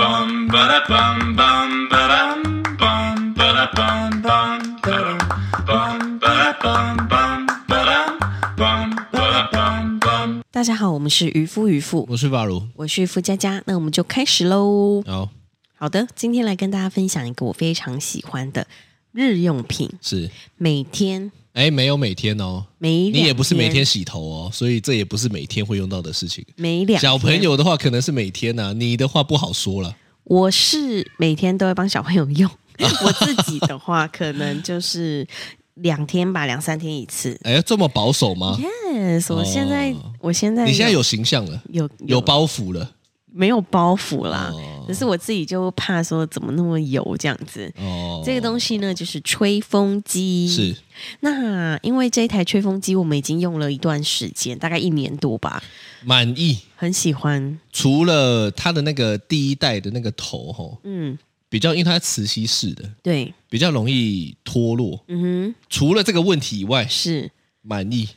bum ba da bum bum ba dum bum ba da bum bum ba dum bum ba da bum bum ba dum bum ba da bum bum 大家好，我们是渔夫渔妇，我是法如，哦我是付佳佳，那我们就开始喽。然后好的，今天来跟大家分享一个我非常喜欢的日用品，是，每天哎，没有每天哦，每你也不是每两天洗头哦，所以这也不是每天会用到的事情。每两小朋天，友的话可能是每天呐、你的话不好说了。我是每天都会帮小朋友 用，我自己的话可能就是两天吧，两三天一次。哎，这么保守吗？ Yes，我哦现在、我现在你现在有形象了，有有包袱了没有包袱啦？哦只是我自己就怕说怎么那么油这样子。哦。这个东西呢，就是吹风机。是那因为这一台吹风机我们已经用了一段时间，大概一年多吧，满意，很喜欢。除了它的那个第一代的那个头吼、嗯，比较因为它是磁吸式的，对，比较容易脱落。嗯哼，除了这个问题以外，是满意。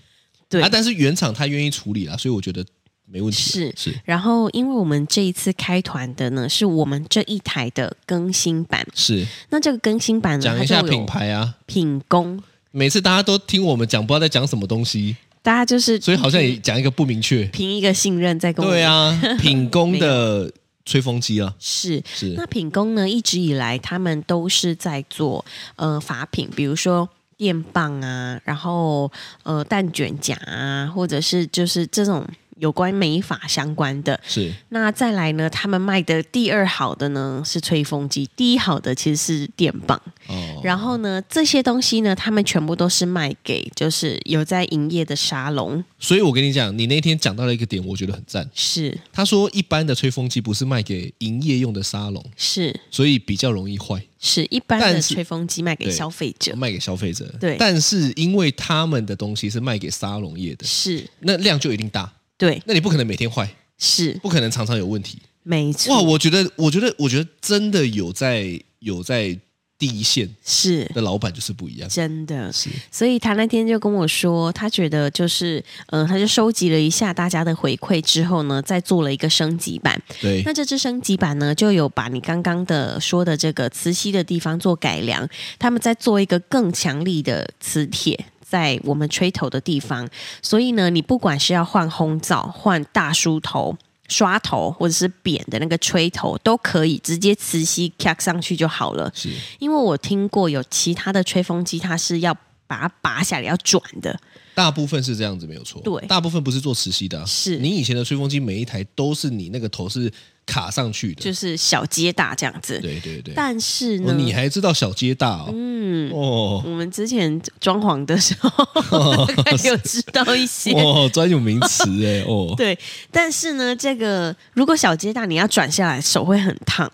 对。啊，但是原厂它愿意处理啦，所以我觉得没问题了。是是然后，因为我们这一次开团的呢，是我们这一台的更新版。是，那这个更新版呢，讲一它嗯下就有品牌啊。品工，每次大家都听我们讲，不知道在讲什么东西，大家就是所以好像嗯也讲一个不明确。凭一个信任在跟我们对 啊，品工的吹风机啊，是是那品工呢，一直以来他们都是在做呃法品，比如说电棒啊，然后呃蛋卷夹啊，或者是就是这种有关美发相关的。是那再来呢，他们卖的第二好的呢是吹风机，第一好的其实是电棒。哦，然后呢，这些东西呢，他们全部都是卖给就是有在营业的沙龙。所以我跟你讲，你那天讲到了一个点，我觉得很赞。是他说，一般的吹风机不是卖给营业用的沙龙，是所以比较容易坏，是，一般的但是吹风机卖给对消费者。卖给消费者。对但是因为他们的东西是卖给沙龙业的，是，那量就一定大，对，那你不可能每天坏，是不可能常常有问题。没错。哇，我觉得，我觉得，我觉得真的有在有在第一线是的老板就是不一样。真的。是所以他那天就跟我说，他觉得就是，嗯、他就收集了一下大家的回馈之后呢，再做了一个升级版。对，那这支升级版呢，就有把你刚刚的说的这个磁吸的地方做改良，他们在做一个更强力的磁铁。在我们吹头的地方，所以呢，你不管是要换烘罩、换大梳头、刷头，或者是扁的那个吹头，都可以直接磁吸卡上去就好了。是因为我听过有其他的吹风机，它是要把它拔下来要转的，大部分是这样子，没有错。对大部分不是做磁吸的、啊，是你以前的吹风机每一台都是你那个头是卡上去的，就是小接大这样子。对对对。但是呢，哦，你还知道小接大哦？嗯，哦 我们之前装潢的时 候大概有知道一些。哦，专有名词哎，哦， 对，但是呢，这个如果小接大你要转下来，手会很烫。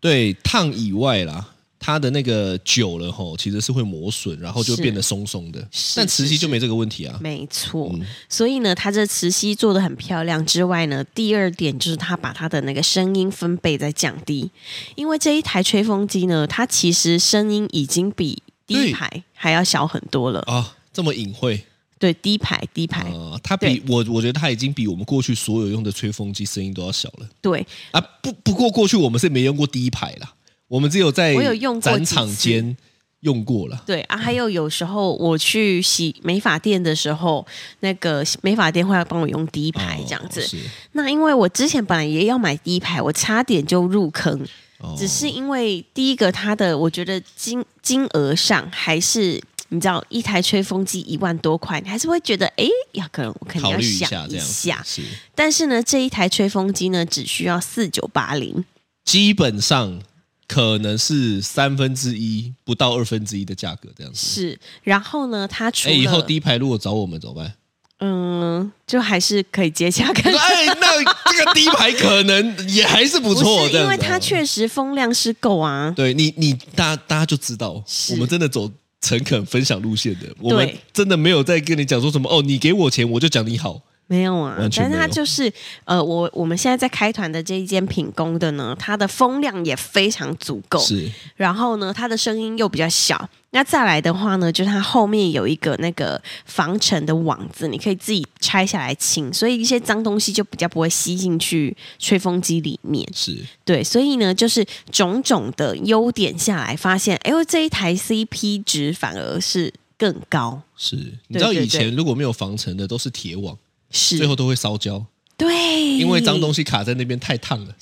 对，烫以外啦，它的那个久了吼，其实是会磨损，然后就是变得松松的。是但磁是吸就没这个问题啊。没错，嗯所以呢，它这磁吸做的很漂亮之外呢，第二点就是它把它的那个声音分贝在降低，因为这一台吹风机呢，它其实声音已经比第一对排还要小很多了。啊，这么隐晦对，第一排，第一排，啊，它比我我觉得它已经比我们过去所有用的吹风机声音都要小了。对，啊，不不过过去我们是没用过第一排啦，我们只有在我有用过几展次场间用过啦。对啊，还有有时候我去洗美发店的时候，那个美发店会要帮我用第一排哎这样子。哦、是那因为我之前本来也要买第一排，我差点就入坑，哦只是因为第一个它的我觉得金金额上还是。你知道一台吹风机一万多块，你还是会觉得哎，要可能我肯定考要虑一想下这样子是但是呢，这一台吹风机呢，只需要四九八零，基本上可能是三分之一不到二分之一的价格这样子。是。然后呢，它除哎，了以后第一排如果找我们怎么办？ 嗯，就还是可以接洽看看。哎，那这个第一排可能也还是 不错，不是这样因子为它哦确实风量是够啊。对你，你大大家就知道是，我们真的走诚恳分享路线的，我们对真的没有在跟你讲说什么哦，你给我钱我就讲你好，没有啊，完全但是它没有就是呃，我我们现在在开团的这一间品工的呢，它的风量也非常足够，是然后呢，它的声音又比较小。那再来的话呢，就是它后面有一个那个防尘的网子，你可以自己拆下来清，所以一些脏东西就比较不会吸进去吹风机里面。是，对，所以呢，就是种种的优点下来，发现，哎呦，这一台 CP 值反而是更高，是，你知道对对以前如果没有防尘的都是铁网，是最后都会烧焦，对，因为脏东西西卡在那边太烫了，然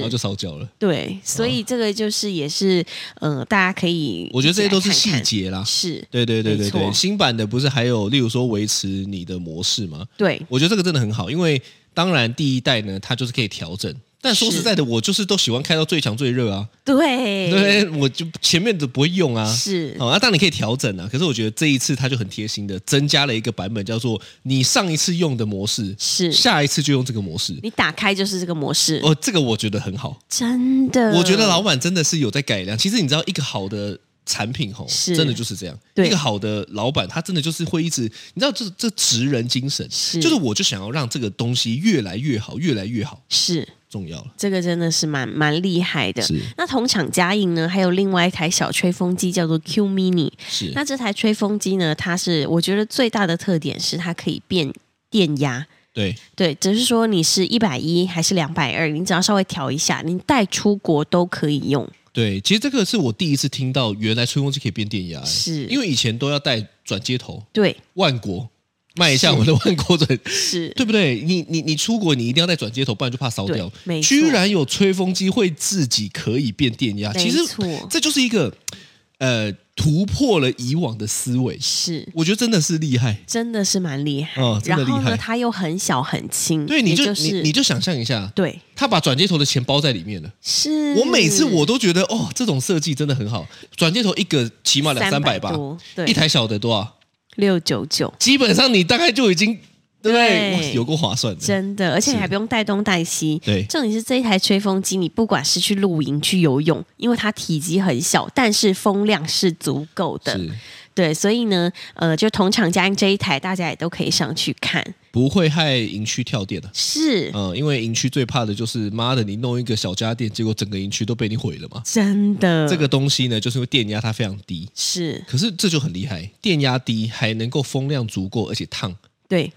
后是就烧焦了。对，所以这个就是也是，呃，大家可以，我觉得这些都是细，节啊啦。是，对对对没对错对，新版的不是还有，例如说维持你的模式吗？对，我觉得这个真的很好，因为当然第一代呢，它就是可以调整。但说是实在的，我就是都喜欢开到最强最热啊，对，对，我就前面的不会用啊。是好、那当然你可以调整啊。可是我觉得这一次它就很贴心的增加了一个版本，叫做你上一次用的模式，是，下一次就用这个模式。你打开就是这个模式，哦，这个我觉得很好，真的，我觉得老板真的是有在改良。其实你知道，一个好的产品吼，是真的就是这样。对一个好的老板，他真的就是会一直，你知道这这职人精神，是就是我就想要让这个东西越来越好，越来越好，是重要了。这个真的是蛮蛮厉害的是。那同厂嘉应呢，还有另外一台小吹风机叫做 Q Mini，是那这台吹风机呢，它是我觉得最大的特点是它可以变电压。对，对，只是说你是一百一还是两百二，你只要稍微调一下，你带出国都可以用。对，其实这个是我第一次听到，原来吹风机可以变电压、欸是因为以前都要带转接头，对，万国卖一下我的万国转， 是，对不对？你你你出国，你一定要带转接头，不然就怕烧掉对没。错居然有吹风机会自己可以变电压，其没实错，这就是一个呃突破了以往的思维，是，我觉得真的是厉害。真的是蛮厉害。哦真的然后厉害呢，它又很小很轻，对，你也就、是你你就想象一下，对，他把转接头的钱包在里面了。是。我每次我都觉得哦，这种设计真的很好。转接头一个起码两三百吧，多，对，一台小的多少？六九九，基本上你大概就已经对不对对？哇有够划算的，真的，而且你嗯是还不用带东带西。对重点是这一台吹风机，你不管是去露营、去游泳，因为它体积很小，但是风量是足够的。是对，所以呢，呃，就同厂家这一台，大家也都可以上去看。不会害营区跳电的、是。嗯，因为营区最怕的就是妈的，你弄一个小家电，结果整个营区都被你毁了嘛。真的，这个东西呢，就是因为电压它非常低，是可是这就很厉害，电压低，还能够风量足够，而且烫，对，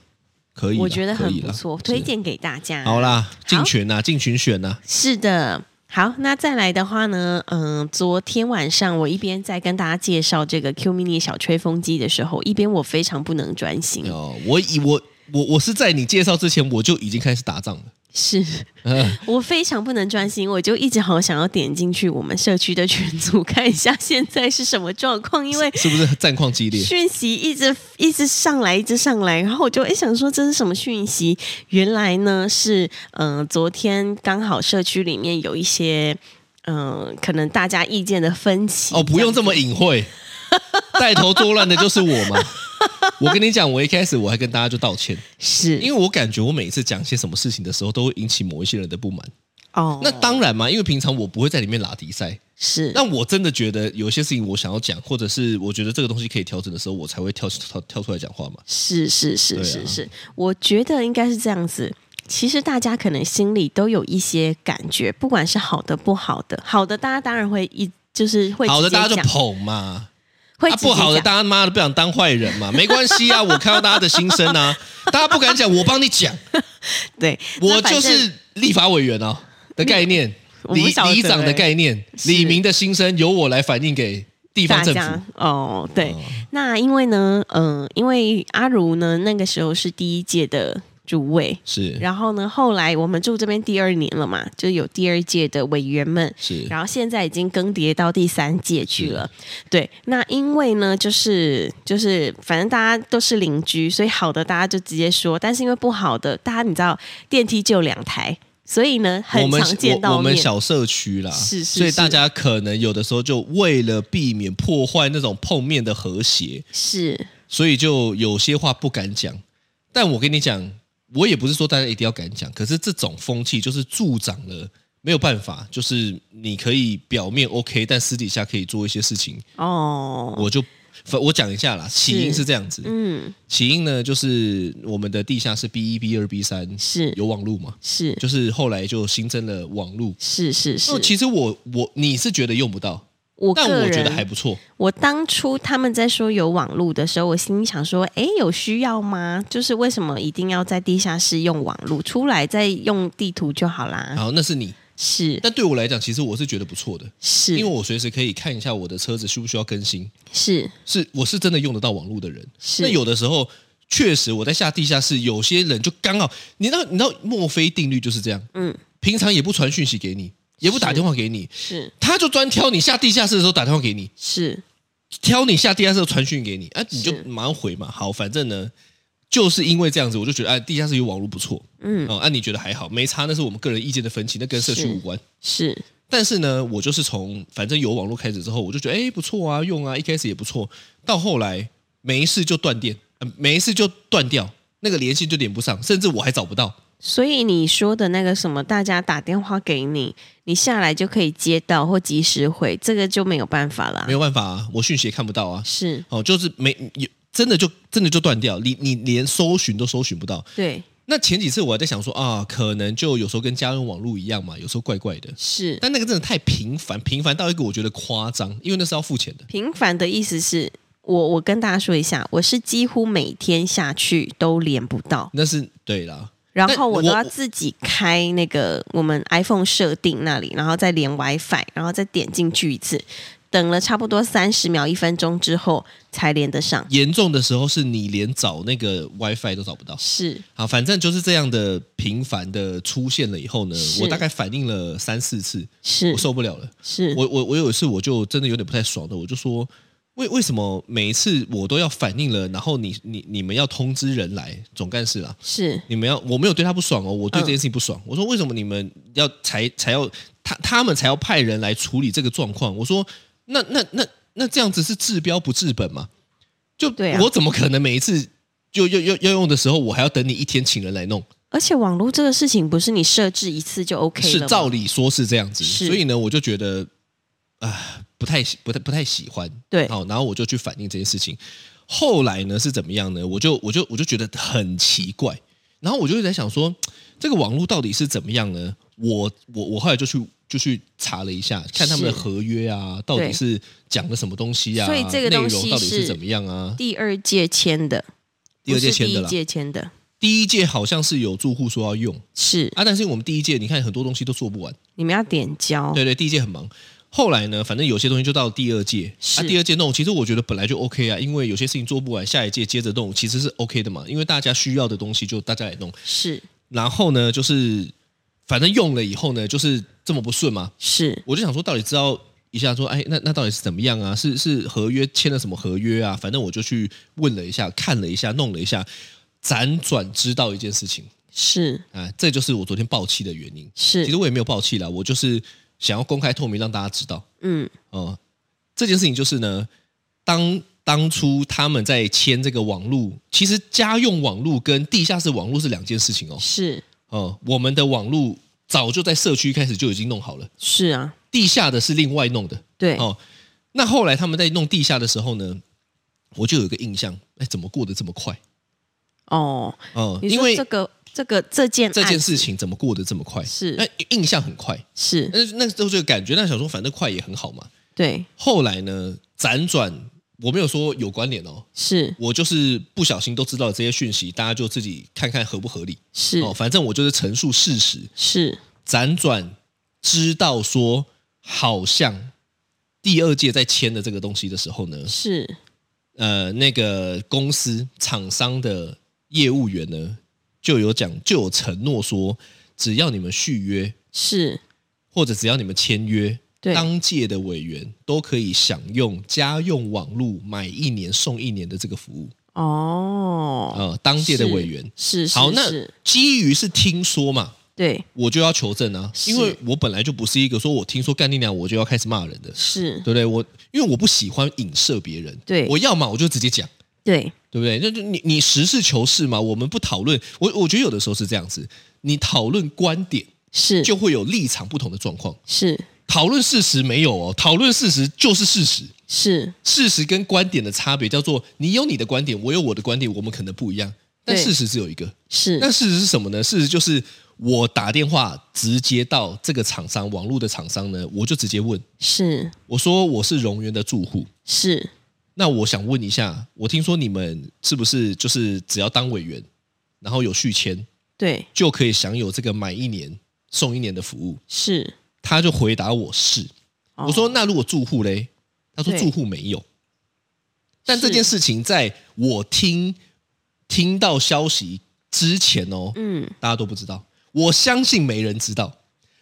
可以啦，我觉得可很以不啦错，是推荐啊给大家。好，啦，进群呐、进群选呐、啊是的。好，那再来的话呢，嗯、昨天晚上我一边在跟大家介绍这个 Q Mini 小吹风机的时候，一边我非常不能专心，哦，我以我我我是在你介绍之前，我就已经开始打仗了。是 嗯，我非常不能专心，我就一直好想要点进去我们社区的群组看一下现在是什么状况，因为是不是战况激烈？讯息一直一直上来，一直上来，然后我就诶想说这是什么讯息？原来呢是嗯、呃昨天刚好社区里面有一些嗯、呃可能大家意见的分歧哦，不用这么样子隐晦， 带头作乱的就是我嘛。我跟你讲，我一开始我还跟大家就道歉，是因为我感觉我每一次讲些什么事情的时候，都会引起某一些人的不满。哦，那当然嘛，因为平常我不会在里面拉迪赛，是但我真的觉得有些事情我想要讲，或者是我觉得这个东西可以调整的时候，我才会跳跳跳出来讲话嘛。是是是对啊是是，我觉得应该是这样子。其实大家可能心里都有一些感觉，不管是好的不好的，好的大家当然会一就是会好的，直接大家就讲捧嘛。会啊，直接不好的，讲大家妈的不想当坏人嘛，没关系啊，我看到大家的心声啊，大家不敢讲，我帮你讲，对，那我反就正是立法委员哦的概念，我不里晓得里长欸的概念，是李明的心声由我来反映给地方大政家府。哦，对。哦那因为呢，嗯、因为阿如呢那个时候是第一届的主委，是然后呢，后来我们住这边第二年了嘛，就有第二届的委员们，是然后现在已经更迭到第三届去了。对，那因为呢，就是就是，反正大家都是邻居，所以好的大家就直接说，但是因为不好的，大家你知道电梯就两台，所以呢我很们常见我到我们面。小社区啦，是是所以是大家可能有的时候就为了避免破坏那种碰面的和谐，是所以就有些话不敢讲。但我跟你讲，我也不是说大家一定要敢讲，可是这种风气就是助长了没有办法，就是你可以表面 OK，但私底下可以做一些事情，哦，我就反我讲一下啦，起因是是这样子，嗯，起因呢就是我们的地下室 B 一、B 二、B 三是有网路嘛，是就是后来就新增了网路。是是是那，其实我我你是觉得用不到，我但个我觉得人还不错。我当初他们在说有网路的时候，我心里想说，诶，有需要吗？就是为什么一定要在地下室用网路，出来再用地图就好啦？好，那是你，是但对我来讲，其实我是觉得不错的，因为是我随时可以看一下我的车子需不需要更新，是是我是真的用得到网络的人。是，那有的时候确实我在下地下室，有些人就刚好，你知道，你知道墨菲定律就是这样，嗯平常也不传讯息给你，也不打电话给你，是他就专挑你下地下室的时候打电话给你，是挑你下地下室的时候传讯给你，啊，你就是马上回嘛。好，反正呢。就是因为这样子，我就觉得哎，地下室有网络不错，嗯哦，啊，你觉得还好，没差，那是我们个人意见的分歧，那跟社区是无关。是但是呢，我就是从反正有网络开始之后，我就觉得哎不错啊，用啊，一开始也不错，到后来没事就断电，呃没事就断掉，那个联系就连不上，甚至我还找不到。所以你说的那个什么，大家打电话给你，你下来就可以接到或及时回，这个就没有办法啦没。有办法、啊，我讯息也看不到啊。是哦，就是没有真的就真的就断掉，你你连搜寻都搜寻不到。对，那前几次我还在想说啊，可能就有时候跟家用网络一样嘛，有时候怪怪的。是但那个真的太频繁，频繁到一个我觉得夸张，因为那是要付钱的。频繁的意思是我我跟大家说一下，我是几乎每天下去都连不到，那是对啦，然后我都我要自己开那个我们 iPhone 设定那里，然后再连 WiFi，然后再点进去一次，等了差不多三十秒一分钟之后才连得上。严重的时候是你连找那个 WiFi 都找不到。是好，反正就是这样的频繁的出现了以后呢，是我大概反应了三四次，是我受不了了。是我我我有一次我就真的有点不太爽的，我就说为为什么每一次我都要反应了，然后你你你们要通知人来总干事啦，是你们要我没有对他不爽哦，我对嗯这件事情不爽。我说为什么你们要才才要他他们才要派人来处理这个状况？我说那那那那这样子是治标不治本嘛？就、对啊我怎么可能每一次就要要要用的时候，我还要等你一天请人来弄？而且网络这个事情不是你设置一次就 OK 是了吗照理说是这样子，是所以呢，我就觉得啊、不太喜不太不太喜欢。对好，然后我就去反映这件事情。后来呢是怎么样呢？我就我就我就觉得很奇怪，然后我就在想说，这个网络到底是怎么样呢？我我我后来就去就去查了一下，看他们的是合约啊，到底对是讲了什么东西啊，所以这个内东容西到底是是怎么样啊？第二届签的，第二届不是签的啦第一届签的第一届好像是有住户说要用是啊，但是我们第一届你看很多东西都做不完，你们要点交，对对，第一届很忙。后来呢，反正有些东西就到第二届，是啊，第二届弄，其实我觉得本来就 OK 啊，因为有些事情做不完，下一届接着弄，其实是 OK 的嘛，因为大家需要的东西就大家来弄。是然后呢，就是反正用了以后呢，就是这么不顺嘛，是我就想说，到底知道一下说，哎，那那到底是怎么样啊？是是合约签了什么合约啊？反正我就去问了一下，看了一下，弄了一下，辗转知道一件事情是啊，这就是我昨天爆气的原因。其是实我也没有爆气啦，我就是想要公开透明，让大家知道。嗯哦、这件事情就是呢，当当初他们在签这个网络，其实家用网络跟地下室网络是两件事情哦。是哦，我们的网络早就在社区开始就已经弄好了，是啊，地下的是另外弄的。对哦，那后来他们在弄地下的时候呢，我就有一个印象，哎，怎么过得这么快？哦，哦，你因说为这个这个这件这件案事情怎么过得这么快？是那印象很快，是那那时候这个感觉，那想说反正快也很好嘛。对后来呢，辗转我没有说有关联哦，是我就是不小心都知道了这些讯息，大家就自己看看合不合理是哦。反正我就是陈述事实，是辗转知道说，好像第二届在签的这个东西的时候呢，是呃，那个公司厂商的业务员呢就有讲，就有承诺说，只要你们续约是，或者只要你们签约，对当届的委员都可以享用家用网路买一年送一年的这个服务。哦，呃，当届的是委员。是是好，那是，基于是听说嘛，对我就要求证啊，是因为我本来就不是一个说我听说干你娘我就要开始骂人的，是对不对？我因为我不喜欢影射别人，对我要嘛我就直接讲，对对不对？那就你你实事求是嘛，我们不讨论，我我觉得有的时候是这样子，你讨论观点是就会有立场不同的状况，是讨论事实没有哦，讨论事实就是事实，是事实跟观点的差别叫做你有你的观点，我有我的观点，我们可能不一样，但对事实只有一个。是那事实是什么呢？事实就是我打电话直接到这个厂商，网络的厂商呢，我就直接问，是我说我是荣源的住户，是那我想问一下，我听说你们是不是就是只要当委员，然后有续签，对就可以享有这个买一年送一年的服务？是。他就回答我是，哦我说那如果住户嘞？他说对住户没有。但是这件事情在我听听到消息之前哦，嗯大家都不知道。我相信没人知道，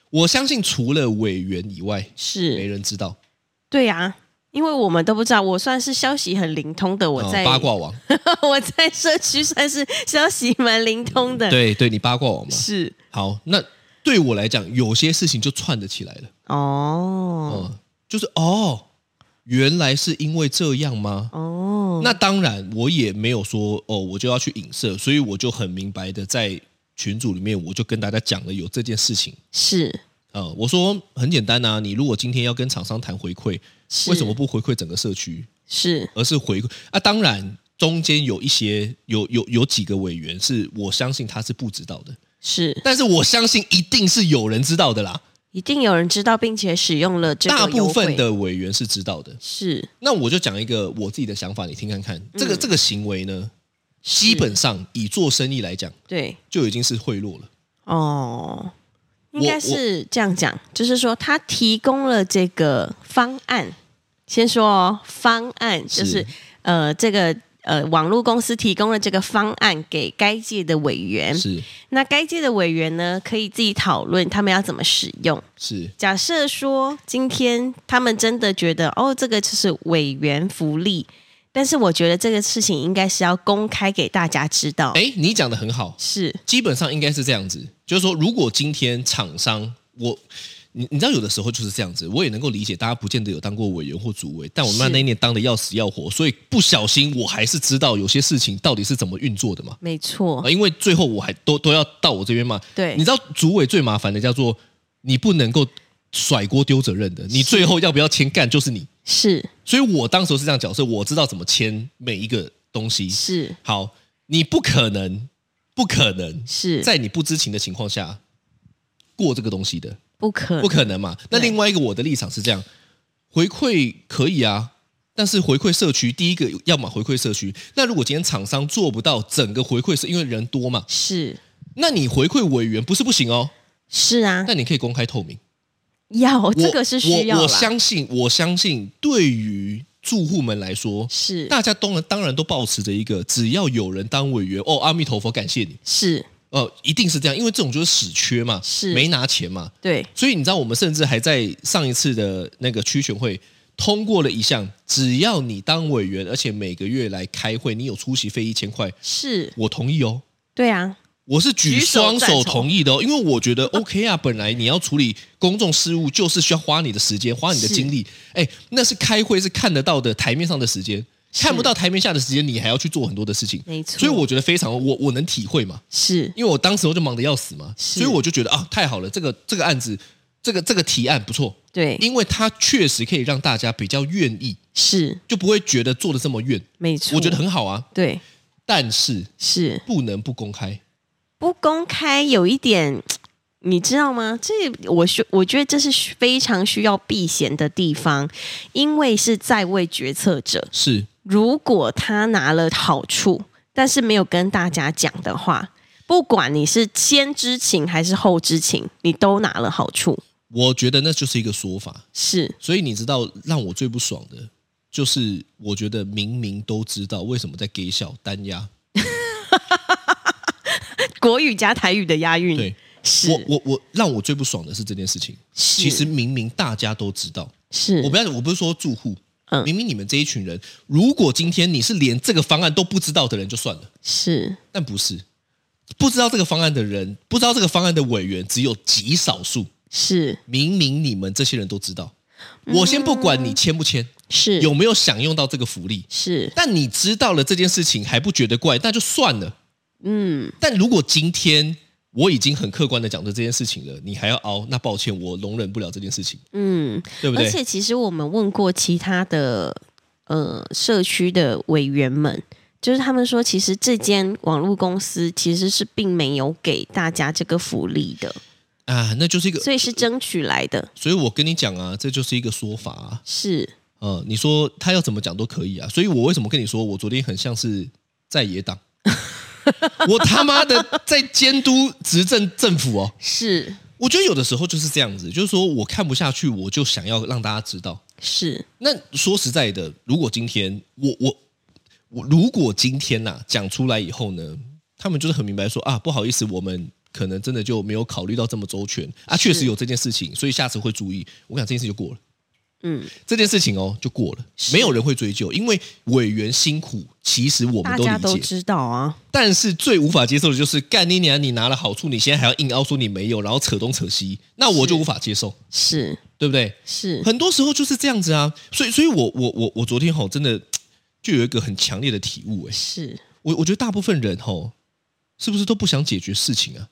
我相信除了委员以外，没是人知道。对呀、因为我们都不知道，我算是消息很灵通的，我呃在、八卦王， 我在社区算是消息蛮灵通的，对对，你八卦王嘛。是好，那对我来讲，有些事情就串得起来了。哦嗯，就是哦，原来是因为这样吗？哦，那当然，我也没有说哦，我就要去影射，所以我就很明白的在群组里面，我就跟大家讲了有这件事情。是呃，我说很简单啊，你如果今天要跟厂商谈回馈，是为什么不回馈整个社区，是而是回馈啊？当然，中间有一些有有有几个委员是我相信他是不知道的，是，但是我相信一定是有人知道的啦，一定有人知道并且使用了这个大部优分惠的委员是知道的。是那我就讲一个我自己的想法，你听看看，嗯这个、这个行为呢，基本上以做生意来讲。对就已经是贿赂了。哦。我应该是这样讲，就是说他提供了这个方案，先说、哦、方案，就是是呃，这个呃，网络公司提供了这个方案给该界的委员，是那该界的委员呢，可以自己讨论他们要怎么使用。是假设说今天他们真的觉得哦，这个就是委员福利，但是我觉得这个事情应该是要公开给大家知道。哎，你讲的很好，是基本上应该是这样子，就是说，如果今天厂商我。你你知道有的时候就是这样子，我也能够理解，大家不见得有当过委员或主委，但我妈是那一年当的要死要活，所以不小心我还是知道有些事情到底是怎么运作的嘛。没错啊，，因为最后我还都都要到我这边嘛。哦对你知道主委最麻烦的叫做你不能够甩锅丢责任的，你最后要不要签干就是你。是所以我当时是这样角色，我知道怎么签每一个东西。是好，你不可能，不可能是，在你不知情的情况下过这个东西的，不可不可能嘛。那嗯对另外一个我的立场是这样，回馈可以啊，但是回馈社区，第一个要么回馈社区。那如果今天厂商做不到整个回馈，是因为人多嘛？是那你回馈委员不是不行哦，是啊，但你可以公开透明。要我这个是需要我，我啦，相信，我相信对于住户们来说。是大家当然当然都保持着一个，只要有人当委员，哦，阿弥陀佛，感谢你，是呃，一定是这样，因为这种就是死缺嘛，是没拿钱嘛，对所以你知道，我们甚至还在上一次的那个区选会通过了一项，只要你当委员，而且每个月来开会，你有出席费一千块，是，我同意哦，对啊，我是举举手双赞手成同意的哦，因为我觉得 OK 啊，本来你要处理公众事务，就是需要花你的时间，花你的是精力，哎，那是开会是看得到的台面上的时间，看不到台面下的时间，你还要去做很多的事情，没错所以我觉得非常，我我能体会嘛，是因为我当时我就忙得要死嘛，是所以我就觉得啊，太好了，这个这个案子，这个这个提案不错，对因为它确实可以让大家比较愿意，是就不会觉得做的这么怨，没错，我觉得很好啊。对但是是不能不公开，不公开有一点，你知道吗？这我需我觉得这是非常需要避嫌的地方，因为是在位决策者，是如果他拿了好处，但是没有跟大家讲的话。不管你是先知情还是后知情，你都拿了好处。我觉得那就是一个说法。是所以你知道让我最不爽的就是，我觉得明明都知道为什么在给小单压，国语加台语的押韵。对是我我我让我最不爽的是这件事情。是其实明明大家都知道，是我不要，我不是说住户，嗯明明你们这一群人，如果今天你是连这个方案都不知道的人就算了，是但不是不知道这个方案的人，不知道这个方案的委员只有极少数。是明明你们这些人都知道，嗯我先不管你签不签，是有没有享用到这个福利，是但你知道了这件事情还不觉得怪，那就算了。嗯，但如果今天我已经很客观的讲着这件事情了，你还要熬，那抱歉，我容忍不了这件事情，嗯，对不而对？且其实我们问过其他的呃社区的委员们，就是他们说，其实这间网络公司其实是并没有给大家这个福利的，啊，那就是一个，所以是争取来的。所以我跟你讲啊，这就是一个说法啊，是，呃，你说他要怎么讲都可以啊，所以我为什么跟你说，我昨天很像是在野党，我他妈的在监督执政政府哦，是，我觉得有的时候就是这样子，就是说我看不下去，我就想要让大家知道。是，那说实在的，如果今天我我我如果今天呐、讲出来以后呢，他们就是很明白说啊，不好意思，我们可能真的就没有考虑到这么周全啊，确实有这件事情，所以下次会注意。我想这件事就过了，嗯，这件事情哦就过了，没有人会追究，因为委员辛苦，其实我们大都家理都解，知道啊，但是最无法接受的就是干你娘，你拿了好处，你现在还要硬凹说你没有，然后扯东扯西，那我就无法接受，是，对不对？是，很多时候就是这样子啊，所以，所以我我我我昨天吼、真的就有一个很强烈的体悟、哎，是，我我觉得大部分人吼、是不是都不想解决事情啊，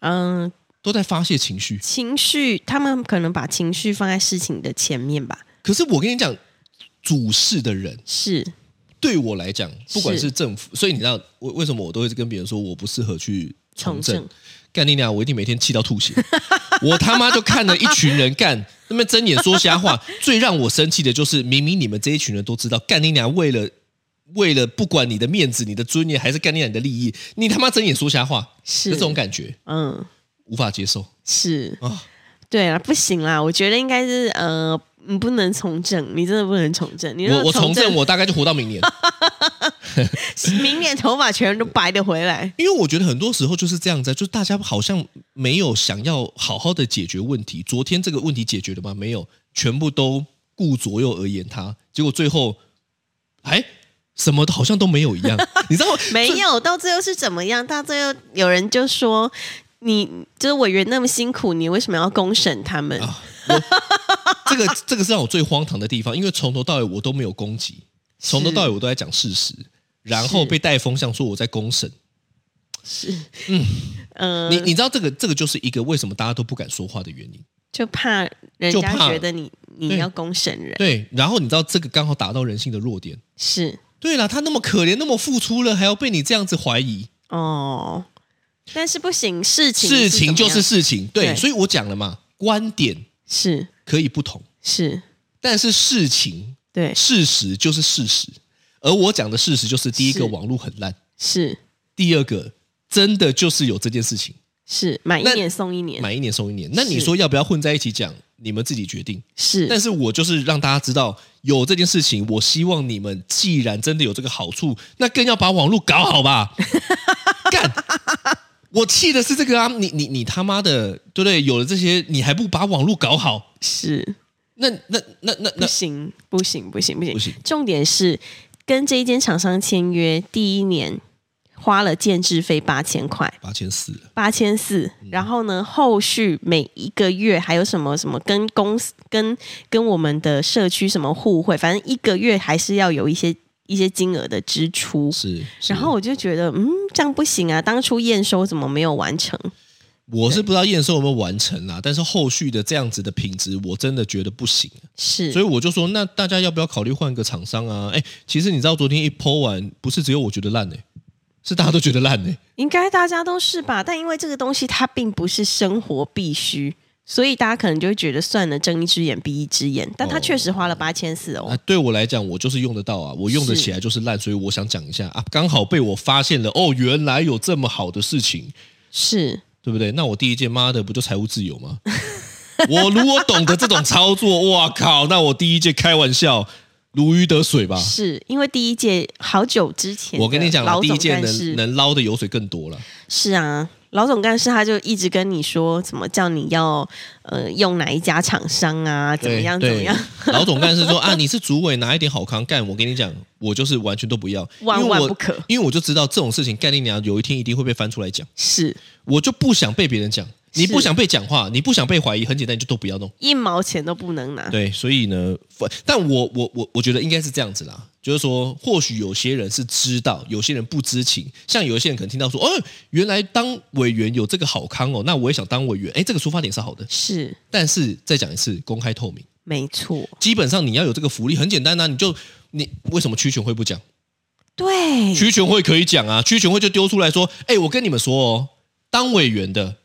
嗯、都在发泄情绪？情绪，他们可能把情绪放在事情的前面吧。可是我跟你讲，主事的人是，对我来讲，不管是是政府，所以你知道为为什么我都会跟别人说我不适合去从从政政？干你娘！我一定每天气到吐血。 我他妈就看了一群人干那么睁眼说瞎话。 最让我生气的就是，明明你们这一群人都知道，干你娘为了为了不管你的面子、你的尊严，还是干你娘你的利益，你他妈睁眼说瞎话，是，这种感觉嗯，无法接受是，啊！对啊，不行啦，我觉得应该是呃，你不能从政，你真的不能从政。你如我果我从政，政，我大概就活到明年，明年头发全都白的回 来。因为我觉得很多时候就是这样子啊，就是大家好像没有想要好好的解决问题。昨天这个问题解决了吗？没有，全部都顾左右而言他，结果最后，哎，什么好像都没有一样，你知道吗？没所以，有，到最后是怎么样？到最后有人就说，你就是委员那么辛苦，你为什么要公审他们？啊这个这个是让我最荒唐的地方，因为从头到尾我都没有攻击，从头到尾我都在讲事实，然后是被带风向说我在公审。嗯、你你知道这个这个就是一个为什么大家都不敢说话的原因。就怕人就家怕觉得你你对要公审人，对，然后你知道这个刚好打到人性的弱点。是对啦，他那么可怜，那么付出了，还要被你这样子怀疑，哦。但是不行，事情事情怎就么是样事情，对，对所以我讲了嘛，观点是可以不同，是，但是事情对，事实就是事实，而我讲的事实就是第一是个网络很烂，是第二个真的就是有这件事情，是买一那年送一年，买一年送一年，那是你说要不要混在一起讲，你们自己决定，是但是我就是让大家知道有这件事情，我希望你们既然真的有这个好处，那更要把网络搞 好吧。干！我气的是这个啊！你你你他妈的，对不对？有了这些，你还不把网络搞好？是那那那那不那行不行不行不行不行重点是跟这一间厂商签约，第一年花了建制费八千块。八千四了，八千四，嗯然后呢，后续每一个月还有什么什么跟公司跟跟我们的社区什么互惠，反正一个月还是要有一些一些金额的支出。是。然后是我就觉得，嗯，这样不行啊！当初验收怎么没有完成？我是不知道验收有没有完成啦，但是后续的这样子的品质，我真的觉得不行。啊所是以我就说，那大家要不要考虑换个厂商啊？哎，其实你知道，昨天一剖完，不是只有我觉得烂呢、是大家都觉得烂呢、应该大家都是吧？但因为这个东西它并不是生活必须，所以大家可能就会觉得算了，睁一只眼闭一只眼。但他哦确实花了八千四哦啊，，对我来讲，我就是用得到啊，我用得是起来就是烂，所以我想讲一下啊，刚好被我发现了，哦，原来有这么好的事情，是对不对？那我第一件妈的不就财务自由吗？ 我如果懂得这种操作，哇靠，那我第一届开玩笑如鱼得水吧。是因为第一届好久之前的啊我跟你讲，啊老第总一届干能事能捞的油水更多了。是啊，老总干事他就一直跟你说，怎么叫你要呃用哪一家厂商啊，怎么样怎对么样，对老总干事说啊，你是主委，拿一点好康干。我跟你讲，我就是完全都不要，因为万万我不可因为我就知道这种事情，概念娘有一天一定会被翻出来讲。是我就不想被别人讲。你是不想被讲话，你不想被怀疑，很简单，你就都不要弄。一毛钱都不能拿。对，所以呢，不但我我我我觉得应该是这样子啦，就是说，或许有些人是知道，有些人不知情，像有一些人可能听到说，哦，原来当委员有这个好康哦，那我也想当委员，哎，这个出发点是好的，是但是再讲一次，公开透明，没错，基本上你要有这个福利，很简单啊呐、你就你为什么区全会不讲？对，区全会可以讲啊，区全会就丢出来说，哎，我跟你们说哦，当委员的，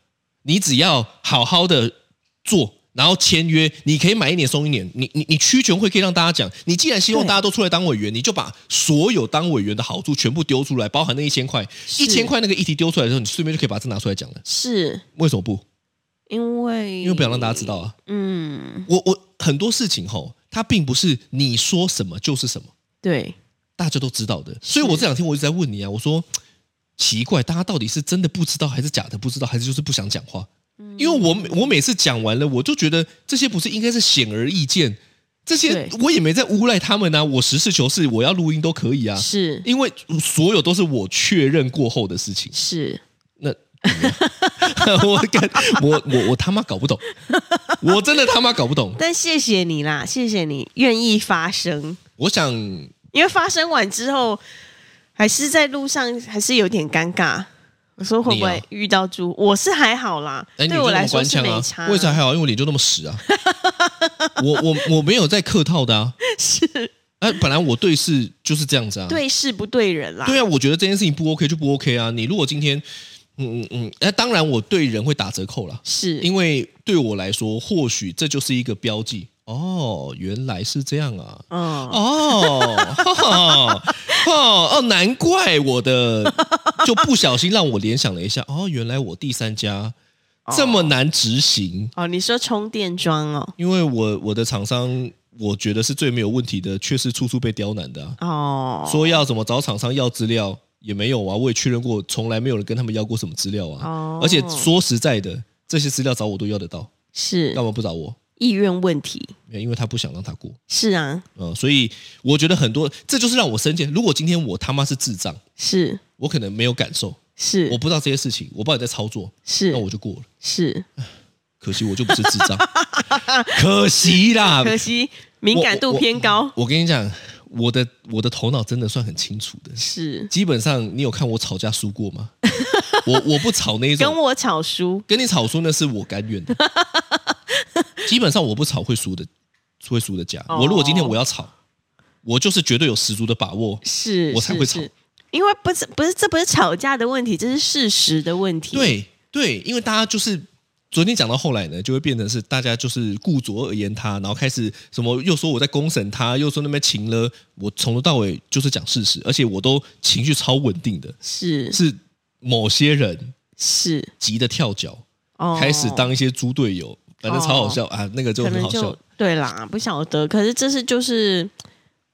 你只要好好的做，然后签约，你可以买一年送一年。你你你区全会可以让大家讲，你既然希望对大家都出来当委员，你就把所有当委员的好处全部丢出来，包含那一千块，是一千块那个议题丢出来的时候，你顺便就可以把这拿出来讲了。是为什么不？因为因为不想让大家知道啊。嗯，我我很多事情吼，它并不是你说什么就是什么。对，大家都知道的。所以我这两天我一直在问你啊，我说奇怪，大家到底是真的不知道，还是假的不知道，还是就是不想讲话？嗯因为我每我每次讲完了，我就觉得这些不是应该是显而易见，这些对我也没在诬赖他们啊，我实事求是，我要录音都可以啊，是因为所有都是我确认过后的事情。 是，那我跟我我我他妈搞不懂，我真的他妈搞不懂。但谢谢你啦，谢谢你愿意发声，我想因为发声完之后，还是在路上还是有点尴尬。我说会不你会啊遇到猪？我是还好啦，哎，你对就我那来么说官是腔没啊差。？为啥还好？因为我脸就那么实啊！我我我没有在客套的啊。是哎，本来我对事就是这样子啊。对事不对人啦？对啊，我觉得这件事情不 OK 就不 OK 啊。你如果今天，嗯嗯嗯，那、当然我对人会打折扣啦，是因为对我来说，或许这就是一个标记。哦，原来是这样啊。嗯，哦，哦，哦，哦，难怪我的就不小心让我联想了一下。哦，原来我第三家这么难执行。哦，你说充电桩哦，因为我我的厂商，我觉得是最没有问题的，却是处处被刁难的、啊。哦，说要怎么找厂商要资料也没有啊，我也确认过，从来没有人跟他们要过什么资料啊。哦而且说实在的，这些资料找我都要得到，是干嘛不找我？意愿问题，因为他不想让他过，是啊，嗯，所以我觉得很多，这就是让我生气。如果今天我他妈是智障，是我可能没有感受，是我不知道这些事情，我不知道你在操作，是那我就过了。是，可惜我就不是智障， 可惜啦，可惜敏感我度我偏高，我跟你讲，我的我的头脑真的算很清楚的。是基本上，你有看我吵架输过吗？我我不吵那一跟种，我吵输，跟你吵输那是我甘愿 的。基本上我不吵会输的，会输的家。哦我如果今天我要吵，我就是绝对有十足的把握。是我才是会吵是因为不是不是这不是吵架的问题，这是事实的问题，，对对，因为大家就是。昨天讲到后来呢，就会变成是大家就是顾左而言他，然后开始什么又说我在公审他，又说那边情了，我从头到尾就是讲事实，而且我都情绪超稳定的，是是某些人是急得跳脚，哦，开始当一些猪队友，反正超好笑、啊，那个就可很能好笑就。对啦，不晓得，可是这是就是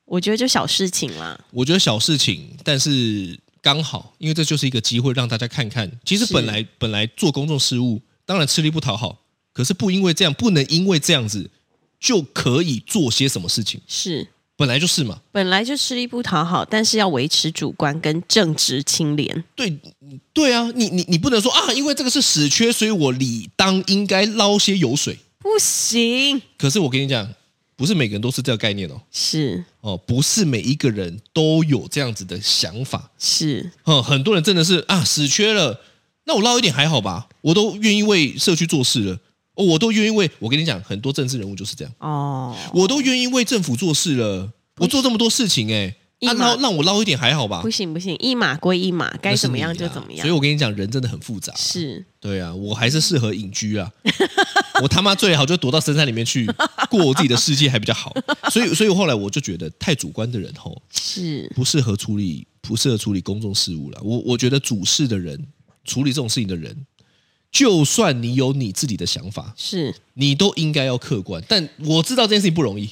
我觉得就小事情啦，我觉得小事情，但是刚好，因为这就是一个机会，让大家看看，其实是本来本来做公众事务，当然吃力不讨好，可是不因为这样，不能因为这样子就可以做些什么事情，是。本来就是嘛。本来就吃力不讨好，但是要维持主观跟正直清廉，对对啊，你你你不能说啊，因为这个是死缺，所以我理当应该捞些油水。不行。可是我跟你讲，不是每个人都是这个概念哦。是哦，不是每一个人都有这样子的想法。是哦，很多人真的是啊，死缺了，那我捞一点还好吧，我都愿意为社区做事了，哦我都愿意为我跟你讲，很多政治人物就是这样，哦，我都愿意为政府做事了，我做这么多事情哎、一啊，码捞让我捞一点还好吧不，行不行，一码归一码，该怎么样就怎么那是你啊样。所以我跟你讲，人真的很复杂。是对啊，我还是适合隐居啊， 我他妈最好就躲到深山里面去，过我自己的世界还比较好。所以，所以后来我就觉得，太主观的人吼，是不适合处理不适合处理公众事务了。我我觉得主事的人处理这种事情的人，就算你有你自己的想法，是，你都应该要客观。但我知道这件事情不容易，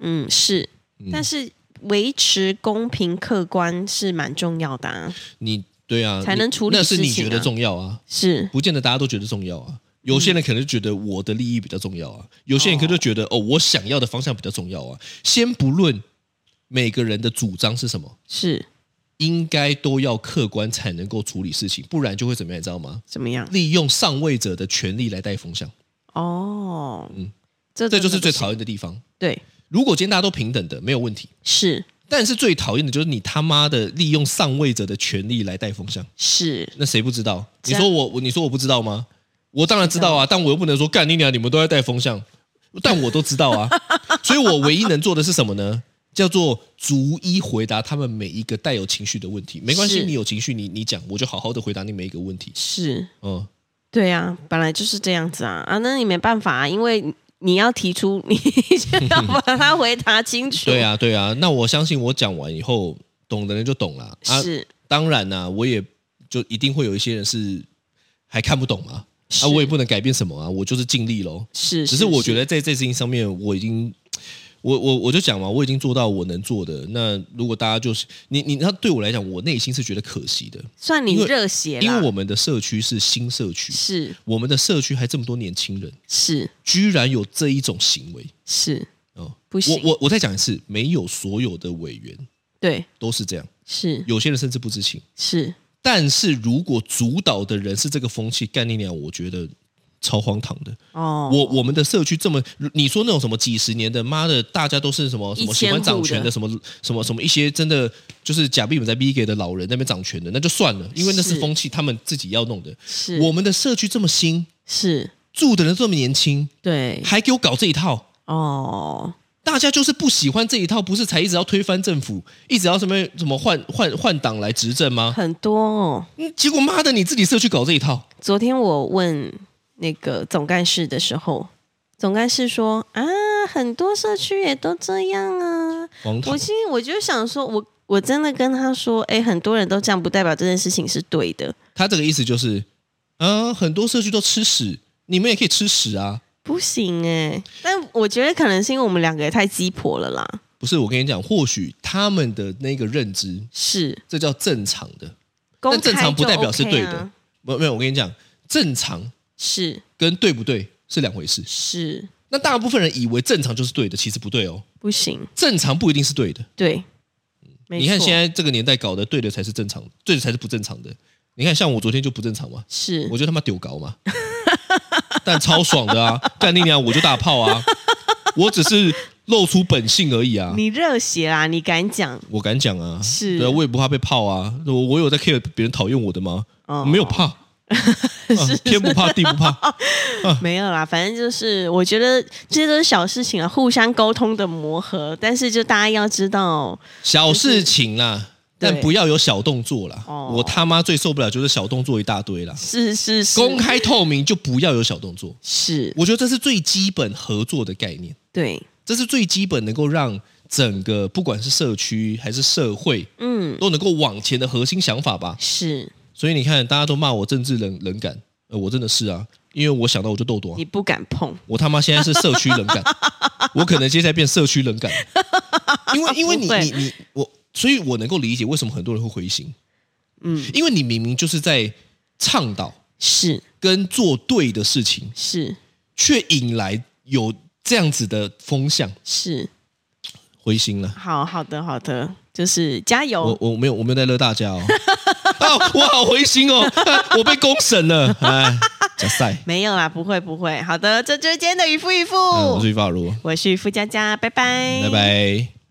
嗯是，但是维持公平客观是蛮重要的啊。你对啊，才能你处理那是事你情觉得啊重要啊，是不见得大家都觉得重要啊。有些人可能觉得我的利益比较重要啊，有些人可能就觉得哦，我想要的方向比较重要啊。先不论每个人的主张是什么，是应该都要客观才能够处理事情，不然就会怎么样，你知道吗？怎么样？利用上位者的权利来带风向，哦，嗯这这真的就是最不行讨厌的地方。对，如果今天大家都平等的，没有问题。是但是最讨厌的就是你他妈的利用上位者的权利来带风向，是，啊那谁不知道？这你样说我我你说我不知道吗？我当然知道啊，但我又不能说干你俩你们都在带风向，但我都知 道啊，所以我唯一能做的是什么呢？叫做逐一回答他们每一个带有情绪的问题，没关系，是你有情绪你你讲，我就好好的回答你每一个问题。是，嗯，对啊，本来就是这样子啊啊，那你没办法、啊，因为你要提出，你 就 要把它回答清楚。对，啊，对啊，那我相信我讲完以后，懂的人就懂了啊。是当然啦、我也就一定会有一些人是还看不懂嘛，是啊，我也不能改变什么啊，我就是尽力喽。是，只是我觉得得在这事情上面，我已经，我我我就讲嘛，我已经做到我能做的。那如果大家就是你你，那对我来讲，我内心是觉得可惜的，算你因为热血啦，因为我们的社区是新社区，是我们的社区还这么多年轻人，是居然有这一种行为是，哦。不行我我我再讲一次，没有所有的委员对，都是这样，是有些人甚至不知情。是但是如果主导的人是这个风气，概念量我觉得超荒唐的。哦，我我们的社区这么，你说那种什么几十年的，妈的，大家都是什么什么一喜千户欢的掌权的，什么什么什么一些真的就是假币本在逼给的老人那边掌权的，那就算了，因为那是是风气，他们自己要弄的。是我们的社区这么新，是住的人这么年轻，对还给我搞这一套。哦，大家就是不喜欢这一套，不是才一直要推翻政府，一直要什么什么换换换党来执政吗？很多哦。嗯结果妈的，你自己社区搞这一套，昨天我问那个总干事的时候，总干事说啊，很多社区也都这样啊。荒唐我！心里我就想说，我我真的跟他说，哎，很多人都这样，不代表这件事情是对的，他这个意思就是，啊，很多社区都吃屎，你们也可以吃屎啊。不行哎。但我觉得可能是因为我们两个也太鸡婆了啦。不是，我跟你讲，或许他们的那个认知，是，这叫正常的。公开正常不就代表是 OK 对的啊没没有，我跟你讲，正常是跟对不对是两回事。是那大部分人以为正常就是对的，其实不对哦。不行，正常不一定是对的。对。没你看错现在这个年代搞的对的才是正常的，对的才是不正常的。你看，像我昨天就不正常嘛，是我就他妈丢搞嘛，但超爽的啊！干你娘，我就打炮啊！我只是露出本性而已啊！你热血啦，你敢讲我敢讲啊，是对啊，我也不怕被泡啊，我我有在 care 别人讨厌我的吗？哦我没 有怕，啊天不怕地不怕，没有啦，反正就是我觉得这些都是小事情啊，互相沟通的磨合。但是就大家要知道，小事情啦，对但不要有小动作啦。哦我他妈最受不了就是小动作一大堆啦，是是是，公开透明就不要有小动作，是我觉得这是最基本合作的概念，对，这是最基本能够让整个不管是社区还是社会嗯，都能够往前的核心想法吧。是所以你看，大家都骂我政治冷冷感，呃，我真的是啊，因为我想到我就痘痘啊。你不敢碰，我他妈现在是社区冷感， 我可能接下来变社区冷感，因为因为哦你不会你你我，所以我能够理解为什么很多人会灰心，嗯，因为你明明就是在倡导是跟做对的事情，是却引来有这样子的风向，是，灰心了。好好的好的，就是加我油，我没有我没有在乐大家哦， 啊，我好灰心哦，啊我被公审了，哎，假赛，没有啦，不会不会，好的，这就是今天的渔夫渔夫，嗯嗯我是于发如，我是渔夫佳佳，拜拜，拜。拜。